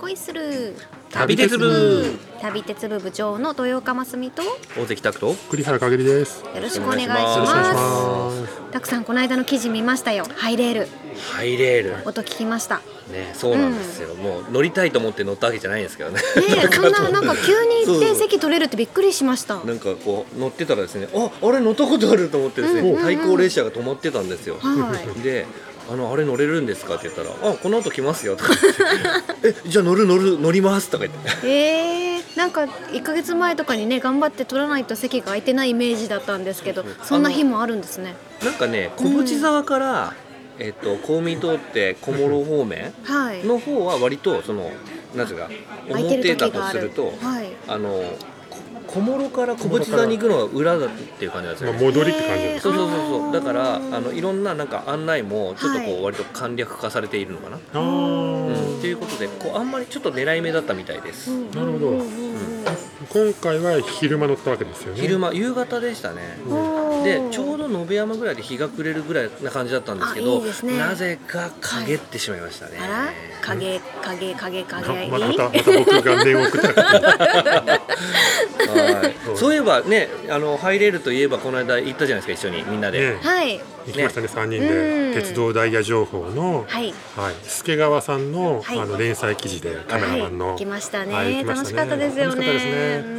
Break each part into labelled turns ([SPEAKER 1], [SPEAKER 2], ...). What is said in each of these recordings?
[SPEAKER 1] 恋する
[SPEAKER 2] 旅鉄部
[SPEAKER 1] 旅鉄部部長の豊岡真澄とよ
[SPEAKER 2] 大関拓と
[SPEAKER 3] 栗原かげりです。
[SPEAKER 1] ろしくお願いし
[SPEAKER 2] よ
[SPEAKER 1] ま
[SPEAKER 2] ろしくお願いし
[SPEAKER 1] す
[SPEAKER 3] ます。
[SPEAKER 1] たくさんこの間の記事見ましたよハイレール
[SPEAKER 2] ハイレール
[SPEAKER 1] 音聞きま したね
[SPEAKER 2] ねそうなんですよ、もう乗りたいと思って乗ったわけじゃないんですけどね
[SPEAKER 1] えそんななんか急に一定席取れるってびっくりしました
[SPEAKER 2] なんかこう乗ってたらですねああれ乗ったことあると思ってですね、
[SPEAKER 1] うんうんうん
[SPEAKER 2] 対向列車が止まってたんですよ、
[SPEAKER 1] はい
[SPEAKER 2] であのあれ乗れるんですかって言ったら「あこの後来ますよ」とか言って え「じゃあ乗る乗る乗ります」とか言って
[SPEAKER 1] えー、なんか1か月前とかにね頑張って取らないと席が空いてないイメージだったんですけどそんな日もあるんですね
[SPEAKER 2] なんかね小淵沢から、えっと、公民通って小諸方面
[SPEAKER 1] はい
[SPEAKER 2] の方は割とそのなんていうか
[SPEAKER 1] 空いて
[SPEAKER 2] 表
[SPEAKER 1] る
[SPEAKER 2] だ
[SPEAKER 1] 時
[SPEAKER 2] と
[SPEAKER 1] があ
[SPEAKER 2] する
[SPEAKER 1] る
[SPEAKER 2] と
[SPEAKER 1] はい
[SPEAKER 2] あのこ小諸から小淵沢に行くのが裏だっていう感じなんです
[SPEAKER 3] まあ
[SPEAKER 2] よね。
[SPEAKER 3] 戻りって感じです。
[SPEAKER 2] そうそうそうそ
[SPEAKER 1] あー
[SPEAKER 2] うだからあのいろんななんか案内もちょっとこう、
[SPEAKER 1] はい
[SPEAKER 2] 割と簡略化されているのかな。
[SPEAKER 3] あ
[SPEAKER 2] うん
[SPEAKER 3] ー
[SPEAKER 2] ということでこうあんまりちょっと狙い目だったみたいです。
[SPEAKER 3] なるほど今回は昼間乗ったわけですよね。
[SPEAKER 2] 昼間夕方でしたね。でちょうど野辺山ぐらいで日が暮れるぐらいな感じだったんですけ
[SPEAKER 1] あい
[SPEAKER 2] ど
[SPEAKER 1] いですね
[SPEAKER 2] なぜか陰ってしまいましたね。
[SPEAKER 1] あら影影影影
[SPEAKER 3] ままたまた僕が念を送った ら。
[SPEAKER 2] はいそういえばねあのハイレールといえばこの間行ったじゃないですか一緒にみんなで、
[SPEAKER 3] ね
[SPEAKER 1] はい
[SPEAKER 3] 行きましたね三人
[SPEAKER 1] うん
[SPEAKER 3] で鉄道ダイヤ情報の
[SPEAKER 1] はい
[SPEAKER 3] はい助川さんの
[SPEAKER 1] はい
[SPEAKER 3] あの連載記事でカメラマン
[SPEAKER 1] は
[SPEAKER 3] の
[SPEAKER 1] い、来ましたね,、
[SPEAKER 3] はい行きま
[SPEAKER 1] 楽
[SPEAKER 3] し
[SPEAKER 1] したか
[SPEAKER 3] ね
[SPEAKER 1] ったですよ
[SPEAKER 3] 楽しかったですね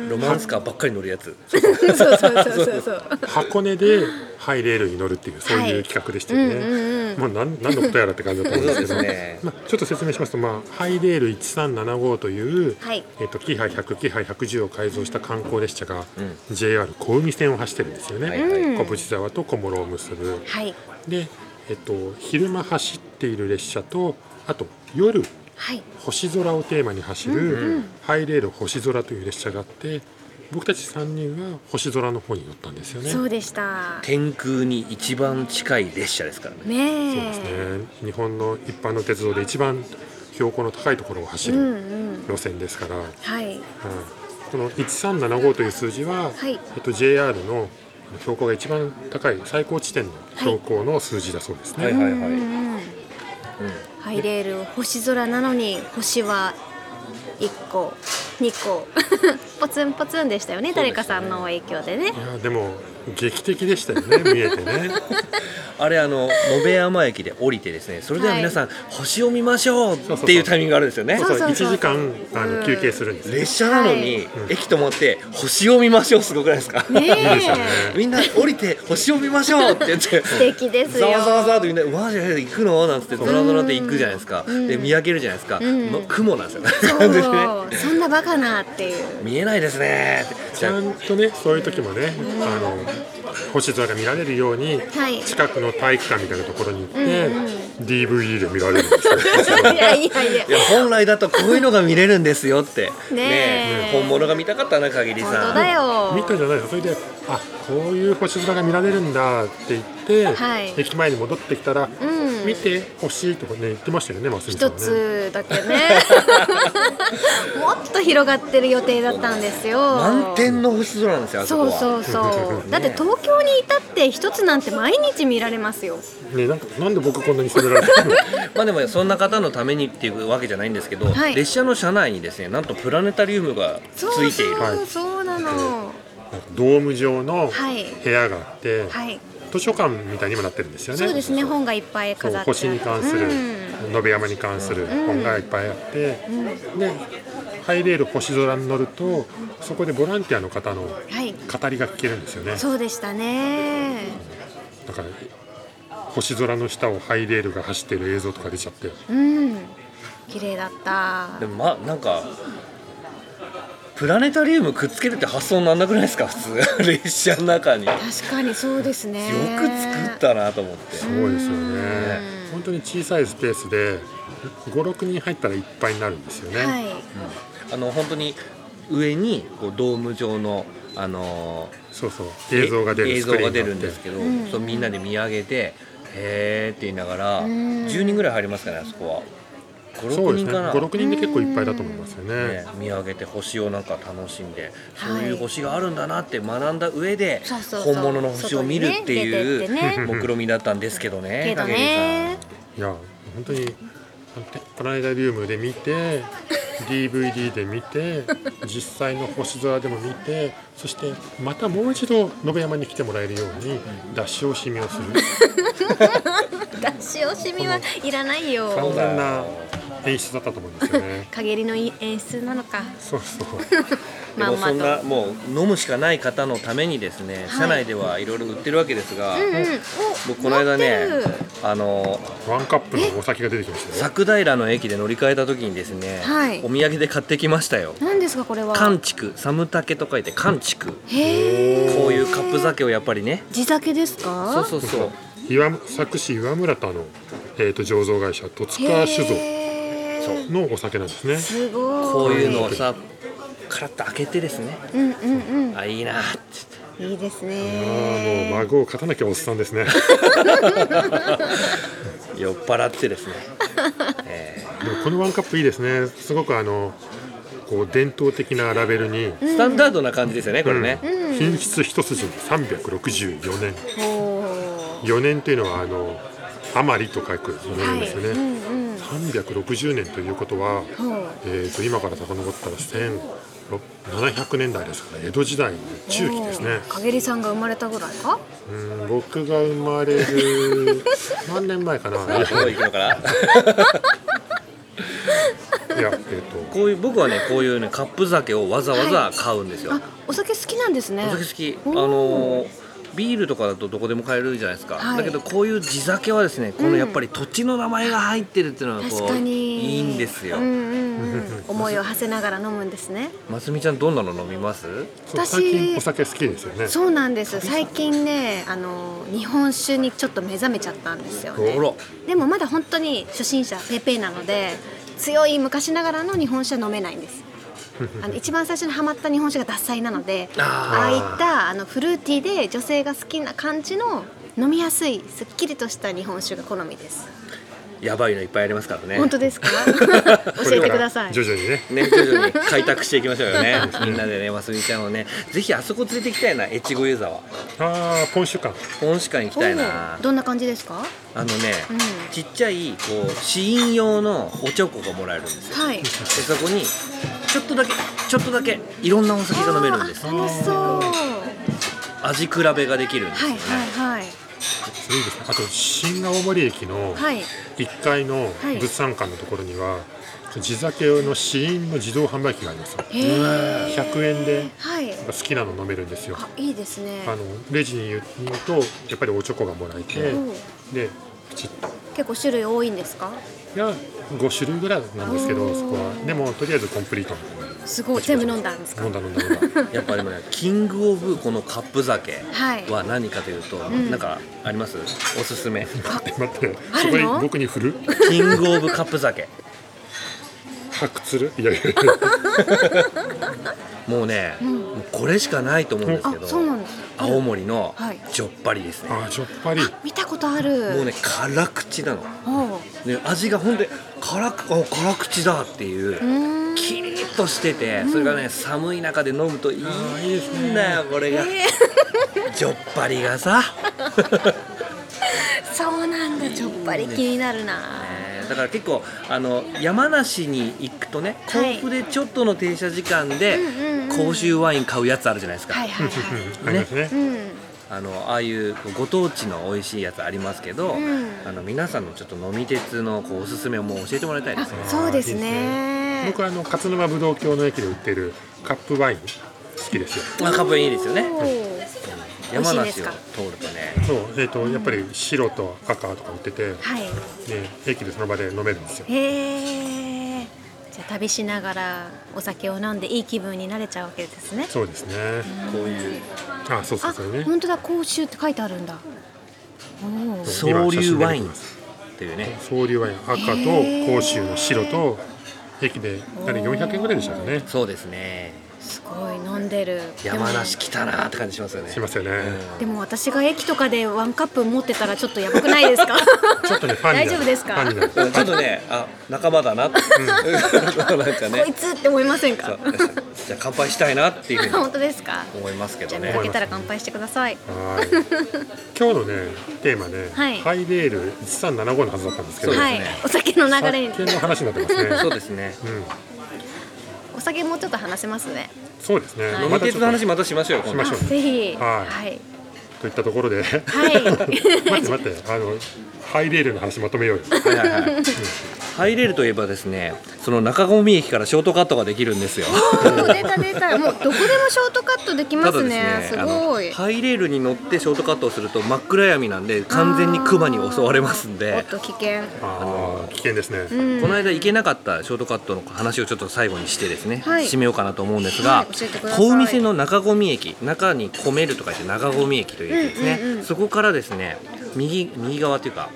[SPEAKER 1] ね
[SPEAKER 2] ロマンスカーばっかり乗るやつ
[SPEAKER 1] うん そうそうそうそうそう
[SPEAKER 3] 箱根でハイレールに乗るっていうそう
[SPEAKER 1] は
[SPEAKER 3] いう
[SPEAKER 1] い
[SPEAKER 3] 企画でした
[SPEAKER 1] うん
[SPEAKER 3] よ
[SPEAKER 1] うん
[SPEAKER 3] ね。
[SPEAKER 1] うん
[SPEAKER 3] まあなん何のことやらって感じだったんですけど
[SPEAKER 2] そうですね
[SPEAKER 3] まあちょっと説明しますとまあハイレール1375という
[SPEAKER 1] はい
[SPEAKER 3] えっとキハ100キハ110を改造した観光列車が
[SPEAKER 2] うん
[SPEAKER 3] JR 小海線を走ってるんですよね。
[SPEAKER 2] は
[SPEAKER 1] う
[SPEAKER 2] い
[SPEAKER 1] ん
[SPEAKER 3] 小淵沢と小諸を結ぶ
[SPEAKER 1] はい
[SPEAKER 3] で、えっと、昼間走っている列車とあと夜
[SPEAKER 1] はい
[SPEAKER 3] 星空をテーマに走
[SPEAKER 2] うんう
[SPEAKER 3] る
[SPEAKER 2] ん
[SPEAKER 3] ハイレール星空という列車があって僕たち3人は星空の方に乗ったんですよね。
[SPEAKER 1] そうでした
[SPEAKER 2] 天空に一番近い列車ですからね
[SPEAKER 1] ね
[SPEAKER 3] そう
[SPEAKER 1] え
[SPEAKER 3] ですね日本の一般の鉄道で一番標高の高いところを走
[SPEAKER 1] うん
[SPEAKER 3] る
[SPEAKER 1] うん
[SPEAKER 3] 路線ですから、うん
[SPEAKER 1] はい
[SPEAKER 3] この1375という数字は、
[SPEAKER 1] はい
[SPEAKER 3] えっと、JR の標高が一番高い最高地点の標高の数字だそうですね。
[SPEAKER 2] はいはいはい、
[SPEAKER 1] う
[SPEAKER 2] うん
[SPEAKER 1] んうんハイレール星空なのに星は一個二個 ポツンポツンでしたよね誰かさんの影響でね
[SPEAKER 3] いやでも劇的でしたよね 見えてね
[SPEAKER 2] あれあの野辺山駅で降りてですねそれでは皆さん、星を見ましょう
[SPEAKER 3] そうそう
[SPEAKER 2] っていうタイミングがあるんですよね
[SPEAKER 1] そうそうそう
[SPEAKER 3] 1時間あの休憩するんですよ
[SPEAKER 2] 列車なのに、駅止まって星を見ましょうすごくないですか、
[SPEAKER 1] ね
[SPEAKER 2] みんな降りて星を見ましょうって言って
[SPEAKER 1] 素敵ですよ
[SPEAKER 2] ざわざわざわとみんな「マジで行くの?」なんつってドラドラって行くじゃないですかで見上げるじゃないですか、
[SPEAKER 1] ん
[SPEAKER 2] の雲なんですよね
[SPEAKER 1] え
[SPEAKER 2] 完全にね
[SPEAKER 1] そうそんなバカなっていう
[SPEAKER 2] 見えないですねって
[SPEAKER 3] ちゃんとねそういう時もねあの星空が見られるように
[SPEAKER 1] はい
[SPEAKER 3] 近くの体育館みたいなところに行って、
[SPEAKER 1] うんうん
[SPEAKER 3] DVD で見られるんですよ
[SPEAKER 1] いやいやいや
[SPEAKER 2] いや本来だとこういうのが見れるんですよって
[SPEAKER 1] え
[SPEAKER 2] え本物が見たかったな限り
[SPEAKER 1] 本
[SPEAKER 2] さ
[SPEAKER 1] 当だよ
[SPEAKER 3] 見たじゃないですかそれであこういう星空が見られるんだって言って、
[SPEAKER 1] はい
[SPEAKER 3] 駅前に戻ってきたら、
[SPEAKER 1] ん
[SPEAKER 3] 見てほしいとかね言ってましたよねますみ
[SPEAKER 1] 一
[SPEAKER 3] さんはね
[SPEAKER 1] つだけねもっと広がってる予定だったんですよ
[SPEAKER 2] 満天の星空なんですよあそこ
[SPEAKER 1] そう
[SPEAKER 2] は
[SPEAKER 1] そうそう、
[SPEAKER 2] ね
[SPEAKER 1] だって東京にいたって一つなんて毎日見られますよ
[SPEAKER 3] ねなんかなんで僕こんなに責められてるの
[SPEAKER 2] まあでもそんな方のためにっていうわけじゃないんですけど、
[SPEAKER 1] はい
[SPEAKER 2] 列車の車内にですねなんとプラネタリウムがつ
[SPEAKER 1] そう
[SPEAKER 2] いている
[SPEAKER 1] そうそうなの
[SPEAKER 3] なんかドーム状の
[SPEAKER 1] はい
[SPEAKER 3] 部屋があって、
[SPEAKER 1] はい
[SPEAKER 3] 図書館みたいにもなってるんですよね。
[SPEAKER 1] そうですね本がいっぱい
[SPEAKER 3] そ
[SPEAKER 1] 飾っ
[SPEAKER 3] う
[SPEAKER 1] てある
[SPEAKER 3] 星に関する、
[SPEAKER 1] うん
[SPEAKER 3] 延山に関する本がいっぱいあって、でハイレール星空に乗るとそこでボランティアの方の
[SPEAKER 1] はい
[SPEAKER 3] 語りが聞けるんですよね
[SPEAKER 1] そうでしたね
[SPEAKER 3] だから星空の下をハイレールが走ってる映像とか出ちゃって
[SPEAKER 1] うん綺麗だった
[SPEAKER 2] でもまあなんかプラネタリウムくっつけるって発想なんなくないですか普通 列車の中によ
[SPEAKER 1] 確かにそうですね
[SPEAKER 2] く作ったなと思って
[SPEAKER 3] すごいですよ
[SPEAKER 1] うん
[SPEAKER 3] ね本当に小さいスペースで56人入ったらいっぱいになるんですよね、
[SPEAKER 1] はい
[SPEAKER 2] あの本当に上にこうドーム状のあのー
[SPEAKER 3] そうそう映像が出る
[SPEAKER 2] 映
[SPEAKER 3] ス
[SPEAKER 2] 像
[SPEAKER 3] クリー
[SPEAKER 2] が
[SPEAKER 3] ンが
[SPEAKER 2] 出
[SPEAKER 3] あ
[SPEAKER 2] る
[SPEAKER 3] っ
[SPEAKER 2] ん
[SPEAKER 3] て
[SPEAKER 2] ですけど、
[SPEAKER 1] ん
[SPEAKER 2] そうみんなで見上げて「へーって言いながら、
[SPEAKER 1] うん
[SPEAKER 2] 10人ぐらい入りますかねあそこは
[SPEAKER 3] そう
[SPEAKER 2] 56
[SPEAKER 3] です
[SPEAKER 2] 人
[SPEAKER 3] ね
[SPEAKER 2] かな、
[SPEAKER 3] 56人で結構いっぱいだと思いますよ
[SPEAKER 2] ね
[SPEAKER 3] ね、
[SPEAKER 2] 見上げて星をなんか楽しんで、
[SPEAKER 1] はい
[SPEAKER 2] そういう星があるんだなって学んだ上で
[SPEAKER 1] そうそうそう
[SPEAKER 2] 本物の星を見るってい
[SPEAKER 1] 外にね出てってね
[SPEAKER 2] う目論見みだったんですけどね
[SPEAKER 1] けど
[SPEAKER 2] 影井さん
[SPEAKER 1] ね
[SPEAKER 3] いや本当にプラネタリウムで見て DVD で見て実際の星空でも見てそしてまたもう一度信山に来てもらえるように出し惜しみをする
[SPEAKER 1] 出し惜しみはいらない
[SPEAKER 3] 完
[SPEAKER 2] そ
[SPEAKER 1] よ
[SPEAKER 2] う
[SPEAKER 3] 全な演出だったと思うんです よね
[SPEAKER 1] 陰りのいい演出なのか
[SPEAKER 3] そうそう
[SPEAKER 2] で
[SPEAKER 1] まん
[SPEAKER 2] も
[SPEAKER 1] ま
[SPEAKER 2] そん
[SPEAKER 1] と
[SPEAKER 2] なもう飲むしかない方のためにですね、社内ではいろいろ売ってるわけですが、
[SPEAKER 1] うんうん
[SPEAKER 2] 僕この間ね
[SPEAKER 1] 持ってる
[SPEAKER 2] あの
[SPEAKER 3] ワンカップのお酒が出てきましたよ
[SPEAKER 2] 佐久平の駅で乗り換えた時にですね、
[SPEAKER 1] はい
[SPEAKER 2] お土産で買ってきましたよ
[SPEAKER 1] 何ですかこれは
[SPEAKER 2] 寒竹サムタケと書いて寒竹
[SPEAKER 1] へえ
[SPEAKER 2] こういうカップ酒をやっぱりね
[SPEAKER 1] 地酒ですか
[SPEAKER 2] そうそうそう
[SPEAKER 3] 岩作詞岩村田の、えー、と醸造会社戸塚酒造
[SPEAKER 1] へー
[SPEAKER 3] のお酒なんですね
[SPEAKER 1] すごい
[SPEAKER 2] こういうのをさカラッと開けてですね
[SPEAKER 1] うんうん
[SPEAKER 2] あいいなーって言って
[SPEAKER 1] うんいいです
[SPEAKER 3] あーもう
[SPEAKER 1] ね
[SPEAKER 3] 孫を勝たなきゃおっさん ですね
[SPEAKER 2] 酔っ払ってですね、え
[SPEAKER 3] でもこのワンカップいいですねすごくあのこう伝統的なラベルに、
[SPEAKER 2] ースタンダードな感じですよねこれね、
[SPEAKER 3] うん品質一筋に364年
[SPEAKER 1] おー
[SPEAKER 3] 4年というのはあの余りと書く4年ですよね、
[SPEAKER 1] うんうん
[SPEAKER 3] 360年ということ
[SPEAKER 1] ほ
[SPEAKER 3] は、
[SPEAKER 1] う
[SPEAKER 3] えー、と今から遡ったら1700年代ですから江戸時代中期ですね
[SPEAKER 1] おー陰りさんが生まれたぐらいか
[SPEAKER 3] うん僕が生まれる 何年前かな
[SPEAKER 2] ど
[SPEAKER 3] い
[SPEAKER 2] こ行くのかな
[SPEAKER 3] やえっ、と
[SPEAKER 2] こういう僕はねこういうねカップ酒をわざわざ買うんですよ、
[SPEAKER 1] あお酒好きなんですね
[SPEAKER 2] お酒好き、
[SPEAKER 1] おー
[SPEAKER 2] あのービールとかだとどこでも買えるじゃないですか、
[SPEAKER 1] はい
[SPEAKER 2] だけどこういう地酒はですねこのやっぱり土地の名前が入ってるっていうのがこ
[SPEAKER 1] 確
[SPEAKER 2] う
[SPEAKER 1] かに
[SPEAKER 2] いいんですよ、
[SPEAKER 1] うんうんうん、思いを馳せながら飲むんですね
[SPEAKER 2] ますみちゃんどんなの飲みます
[SPEAKER 3] そう
[SPEAKER 1] 私
[SPEAKER 3] 最近お酒好きですよね
[SPEAKER 1] そうなんです最近ねあの日本酒にちょっと目覚めちゃったんですよね
[SPEAKER 2] あら
[SPEAKER 1] でもまだ本当に初心者ペーペーなので強い昔ながらの日本酒は飲めないんですあの一番最初にハマった日本酒が獺祭なのであ
[SPEAKER 2] あ
[SPEAKER 1] あいったあのフルーティーで女性が好きな感じの飲みやすいすっきりとした日本酒が好みです
[SPEAKER 2] やばいのいっぱいありますからね
[SPEAKER 1] 本当 ですか教えてください
[SPEAKER 3] これから徐々にね
[SPEAKER 2] ね、徐々に開拓していきましょうよ ねみんなでねますみちゃんをねぜひあそこ連れて行きたいな越後湯沢
[SPEAKER 3] ああポン酒館
[SPEAKER 2] 本市館行きたいな
[SPEAKER 1] おどんな感じですか
[SPEAKER 2] あのね、
[SPEAKER 1] うん
[SPEAKER 2] ちっちゃいこう試飲用のおちょこがもらえるんですよ
[SPEAKER 1] はい
[SPEAKER 2] でそこにちょっとだけちょっとだけいろんなお酒が飲めるんです
[SPEAKER 1] あー楽しそう
[SPEAKER 2] 味比べができるんですよ
[SPEAKER 1] はい
[SPEAKER 2] ね、
[SPEAKER 1] はいはい
[SPEAKER 3] それいいですねあと新青森駅の
[SPEAKER 1] はい
[SPEAKER 3] 1階の
[SPEAKER 1] はい
[SPEAKER 3] 物産館のところには、地酒用の試飲の自動販売機がありますよ
[SPEAKER 1] へー
[SPEAKER 3] 100円で
[SPEAKER 1] はい
[SPEAKER 3] 好きなの飲めるんですよ
[SPEAKER 1] あいいですね
[SPEAKER 3] あのレジに言うとやっぱりおチョコがもらえて、
[SPEAKER 1] うん
[SPEAKER 3] でプチッと
[SPEAKER 1] 結構種類多いんですか
[SPEAKER 3] いや5種類ぐらいなんですけ
[SPEAKER 1] お
[SPEAKER 3] ど
[SPEAKER 1] ー
[SPEAKER 3] そこはでもとりあえずコンプリート
[SPEAKER 1] すごい全部飲んだんですか
[SPEAKER 3] 飲んだ飲んだ飲んだ
[SPEAKER 2] やっぱでもねキングオブこのカップ酒
[SPEAKER 1] はい
[SPEAKER 2] は何かというと、
[SPEAKER 1] ん
[SPEAKER 2] なんかありますおすすめ
[SPEAKER 3] 待って
[SPEAKER 1] あ
[SPEAKER 3] そこ
[SPEAKER 1] る
[SPEAKER 3] に
[SPEAKER 1] の
[SPEAKER 3] 僕に振る
[SPEAKER 2] キングオブカップ酒
[SPEAKER 3] 白鶴いやいやいや
[SPEAKER 2] もうね、もうこれしかないと思うんです
[SPEAKER 1] あ
[SPEAKER 2] けど
[SPEAKER 1] そうなんです
[SPEAKER 2] 青森の
[SPEAKER 1] はい
[SPEAKER 2] ジョッパリですね、
[SPEAKER 3] あーちょっぱり
[SPEAKER 1] 見たことある
[SPEAKER 2] もうね辛口なの、
[SPEAKER 1] おう
[SPEAKER 2] ね、味がほんで辛くあ辛口だっていうう、
[SPEAKER 1] ーん
[SPEAKER 2] キリッとしててそれがね寒い中で飲むといい
[SPEAKER 3] ーいいです
[SPEAKER 2] んだよこれが、ジョッパリがさ、
[SPEAKER 1] そうなんだちょっぱり気になるな
[SPEAKER 2] えーだから結構あの山梨に行くとねコ
[SPEAKER 1] はい
[SPEAKER 2] ップでちょっとの停車時間で
[SPEAKER 1] うんうんうん
[SPEAKER 2] 甲州ワイン買うやつあるじゃないですか、
[SPEAKER 1] はいはいはい
[SPEAKER 3] ありますね
[SPEAKER 1] うん
[SPEAKER 2] あのああいうこうご当地の美味しいやつありますけど、
[SPEAKER 1] ん
[SPEAKER 2] あの皆さんのちょっと飲み鉄のこうおすすめをもう教えてもらいたいで
[SPEAKER 1] あ
[SPEAKER 2] すね。
[SPEAKER 1] そうです
[SPEAKER 3] いいです
[SPEAKER 1] ね
[SPEAKER 3] 僕はあの勝沼ぶどう郷の駅で売ってるカップワイン好きですよ
[SPEAKER 2] まあカップいいですよね。
[SPEAKER 1] おう美味
[SPEAKER 2] 山
[SPEAKER 1] しいです
[SPEAKER 2] 梨を
[SPEAKER 1] か
[SPEAKER 2] 通るとね。
[SPEAKER 3] そうえっ、とやっぱり白と赤とか売ってて、ね、
[SPEAKER 1] はい
[SPEAKER 3] 駅でその場で飲めるんですよ
[SPEAKER 1] へえじゃあ旅しながらお酒を飲んでいい気分になれちゃうわけですね
[SPEAKER 3] そうですね
[SPEAKER 2] こういう
[SPEAKER 3] あそうそう
[SPEAKER 1] あ
[SPEAKER 3] そうね
[SPEAKER 1] 本当だ甲州って書いてあるんだおう
[SPEAKER 3] そう今
[SPEAKER 2] 総
[SPEAKER 3] 写
[SPEAKER 2] 流
[SPEAKER 3] 真出
[SPEAKER 2] ワ
[SPEAKER 3] て
[SPEAKER 2] イ
[SPEAKER 3] き
[SPEAKER 2] ンっ
[SPEAKER 3] ます
[SPEAKER 2] ていうね。
[SPEAKER 3] 総流ワイン赤と
[SPEAKER 1] へー
[SPEAKER 3] 甲州の白と駅であれ400円ぐらいでしたかね
[SPEAKER 2] そうですね。
[SPEAKER 1] すごい飲んでる
[SPEAKER 2] 山梨来たなーって感じしますよね。
[SPEAKER 3] しますよね、
[SPEAKER 1] でも私が駅とかでワンカップ持ってたらちょっとやばくないですか
[SPEAKER 3] ちょっとねファンにな
[SPEAKER 1] 大
[SPEAKER 3] る
[SPEAKER 1] 丈夫ですか
[SPEAKER 3] ファンになる
[SPEAKER 2] うんちょっとね、あ仲間だな って。なんか
[SPEAKER 1] こい
[SPEAKER 2] ね。
[SPEAKER 1] つって思いません
[SPEAKER 2] そ
[SPEAKER 1] か
[SPEAKER 2] うじゃあ乾杯したいなっていう ふう に
[SPEAKER 1] 本当ですか
[SPEAKER 2] 思いますけ
[SPEAKER 1] じ
[SPEAKER 2] ど
[SPEAKER 1] ゃあ見
[SPEAKER 2] ね
[SPEAKER 1] か。けたら乾杯してください
[SPEAKER 3] はい今日のねテーマね、
[SPEAKER 1] はい
[SPEAKER 3] ハイレール1375のはずだったんですけど、
[SPEAKER 2] そうです
[SPEAKER 1] は
[SPEAKER 2] ね
[SPEAKER 1] いお酒の流れに
[SPEAKER 3] 発見の話になってますね
[SPEAKER 2] そうですね。
[SPEAKER 3] うん
[SPEAKER 1] お酒もうちょっと話せますね
[SPEAKER 3] そうですね。
[SPEAKER 1] はい
[SPEAKER 2] 飲
[SPEAKER 3] また
[SPEAKER 2] み
[SPEAKER 3] ちょっ
[SPEAKER 2] 鉄
[SPEAKER 3] と
[SPEAKER 2] の話またしましょうよ
[SPEAKER 3] ま
[SPEAKER 2] 今度
[SPEAKER 3] しょう
[SPEAKER 1] あぜひ
[SPEAKER 3] は
[SPEAKER 1] はい
[SPEAKER 3] といったところで
[SPEAKER 1] はい
[SPEAKER 3] 待って待ってあのハイレールの話まとめようよ。
[SPEAKER 2] はいはいはい入れるといえばですねその中込駅からショートカットができるん ですよ
[SPEAKER 1] もう出た出たもうどこでもショートカットできま
[SPEAKER 2] ただ
[SPEAKER 1] す
[SPEAKER 2] です
[SPEAKER 1] ね
[SPEAKER 2] ね
[SPEAKER 1] す
[SPEAKER 2] あの
[SPEAKER 1] ごい
[SPEAKER 2] ハイレールに乗ってショートカットをすると真っ暗闇なんで完全にクマに襲われますん
[SPEAKER 1] おっ
[SPEAKER 2] で
[SPEAKER 1] と危険
[SPEAKER 3] ああ危険ですね。
[SPEAKER 1] うん
[SPEAKER 2] この間行けなかったショートカットの話をちょっと最後にしてですね、
[SPEAKER 1] はい
[SPEAKER 2] 締めようかなと思うんですが、
[SPEAKER 1] はい教えてください
[SPEAKER 2] 小海線の中込駅中に込めるとか言って中込駅という駅ですね、
[SPEAKER 1] うんうんうん
[SPEAKER 2] そこからですね右右側というか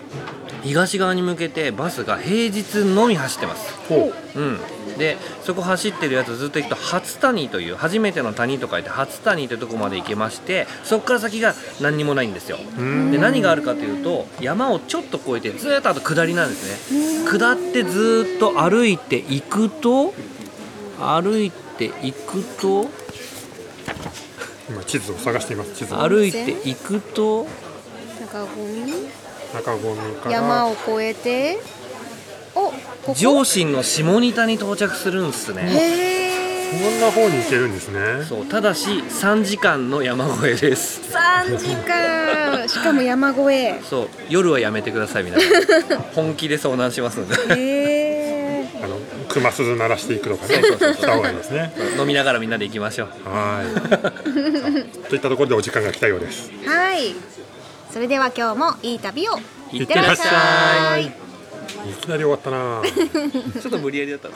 [SPEAKER 2] 東側に向けてバスが平日のみ走ってます
[SPEAKER 3] ほ
[SPEAKER 2] うん、でそこ走ってるやつずっと行くと初谷という初めての谷と書いて初谷というとこまで行けましてそこから先が何にもないんですよ
[SPEAKER 3] う。うん
[SPEAKER 2] で何があるかというと山をちょっと越えてずーっとあと下りなんですね下ってずーっと歩いていくと歩いていくと
[SPEAKER 3] 今地図を探しています。地図。
[SPEAKER 2] 歩いていくと
[SPEAKER 1] 中ゴミ
[SPEAKER 3] 中ゴミから
[SPEAKER 1] 山を越えておここ
[SPEAKER 2] 上信の下仁田に到着するんですね
[SPEAKER 1] へ
[SPEAKER 3] こんな方に行けるんですね。
[SPEAKER 2] そうただし3時間の山越えです
[SPEAKER 1] 3時間しかも山越え
[SPEAKER 2] そう夜はやめてくださいみたいな本気で遭難しますので
[SPEAKER 1] へえ
[SPEAKER 3] あの熊鈴鳴らしていくとかね
[SPEAKER 2] そうそうそう
[SPEAKER 3] した方がいいですね。
[SPEAKER 2] 飲みながらみんなで行きましょう
[SPEAKER 3] はい。さあといったところでお時間が来たようです。
[SPEAKER 1] はいそれでは今日もいい旅を
[SPEAKER 2] いってらっしゃい
[SPEAKER 3] いきなり終わったな。
[SPEAKER 2] ちょっと無理やりだったな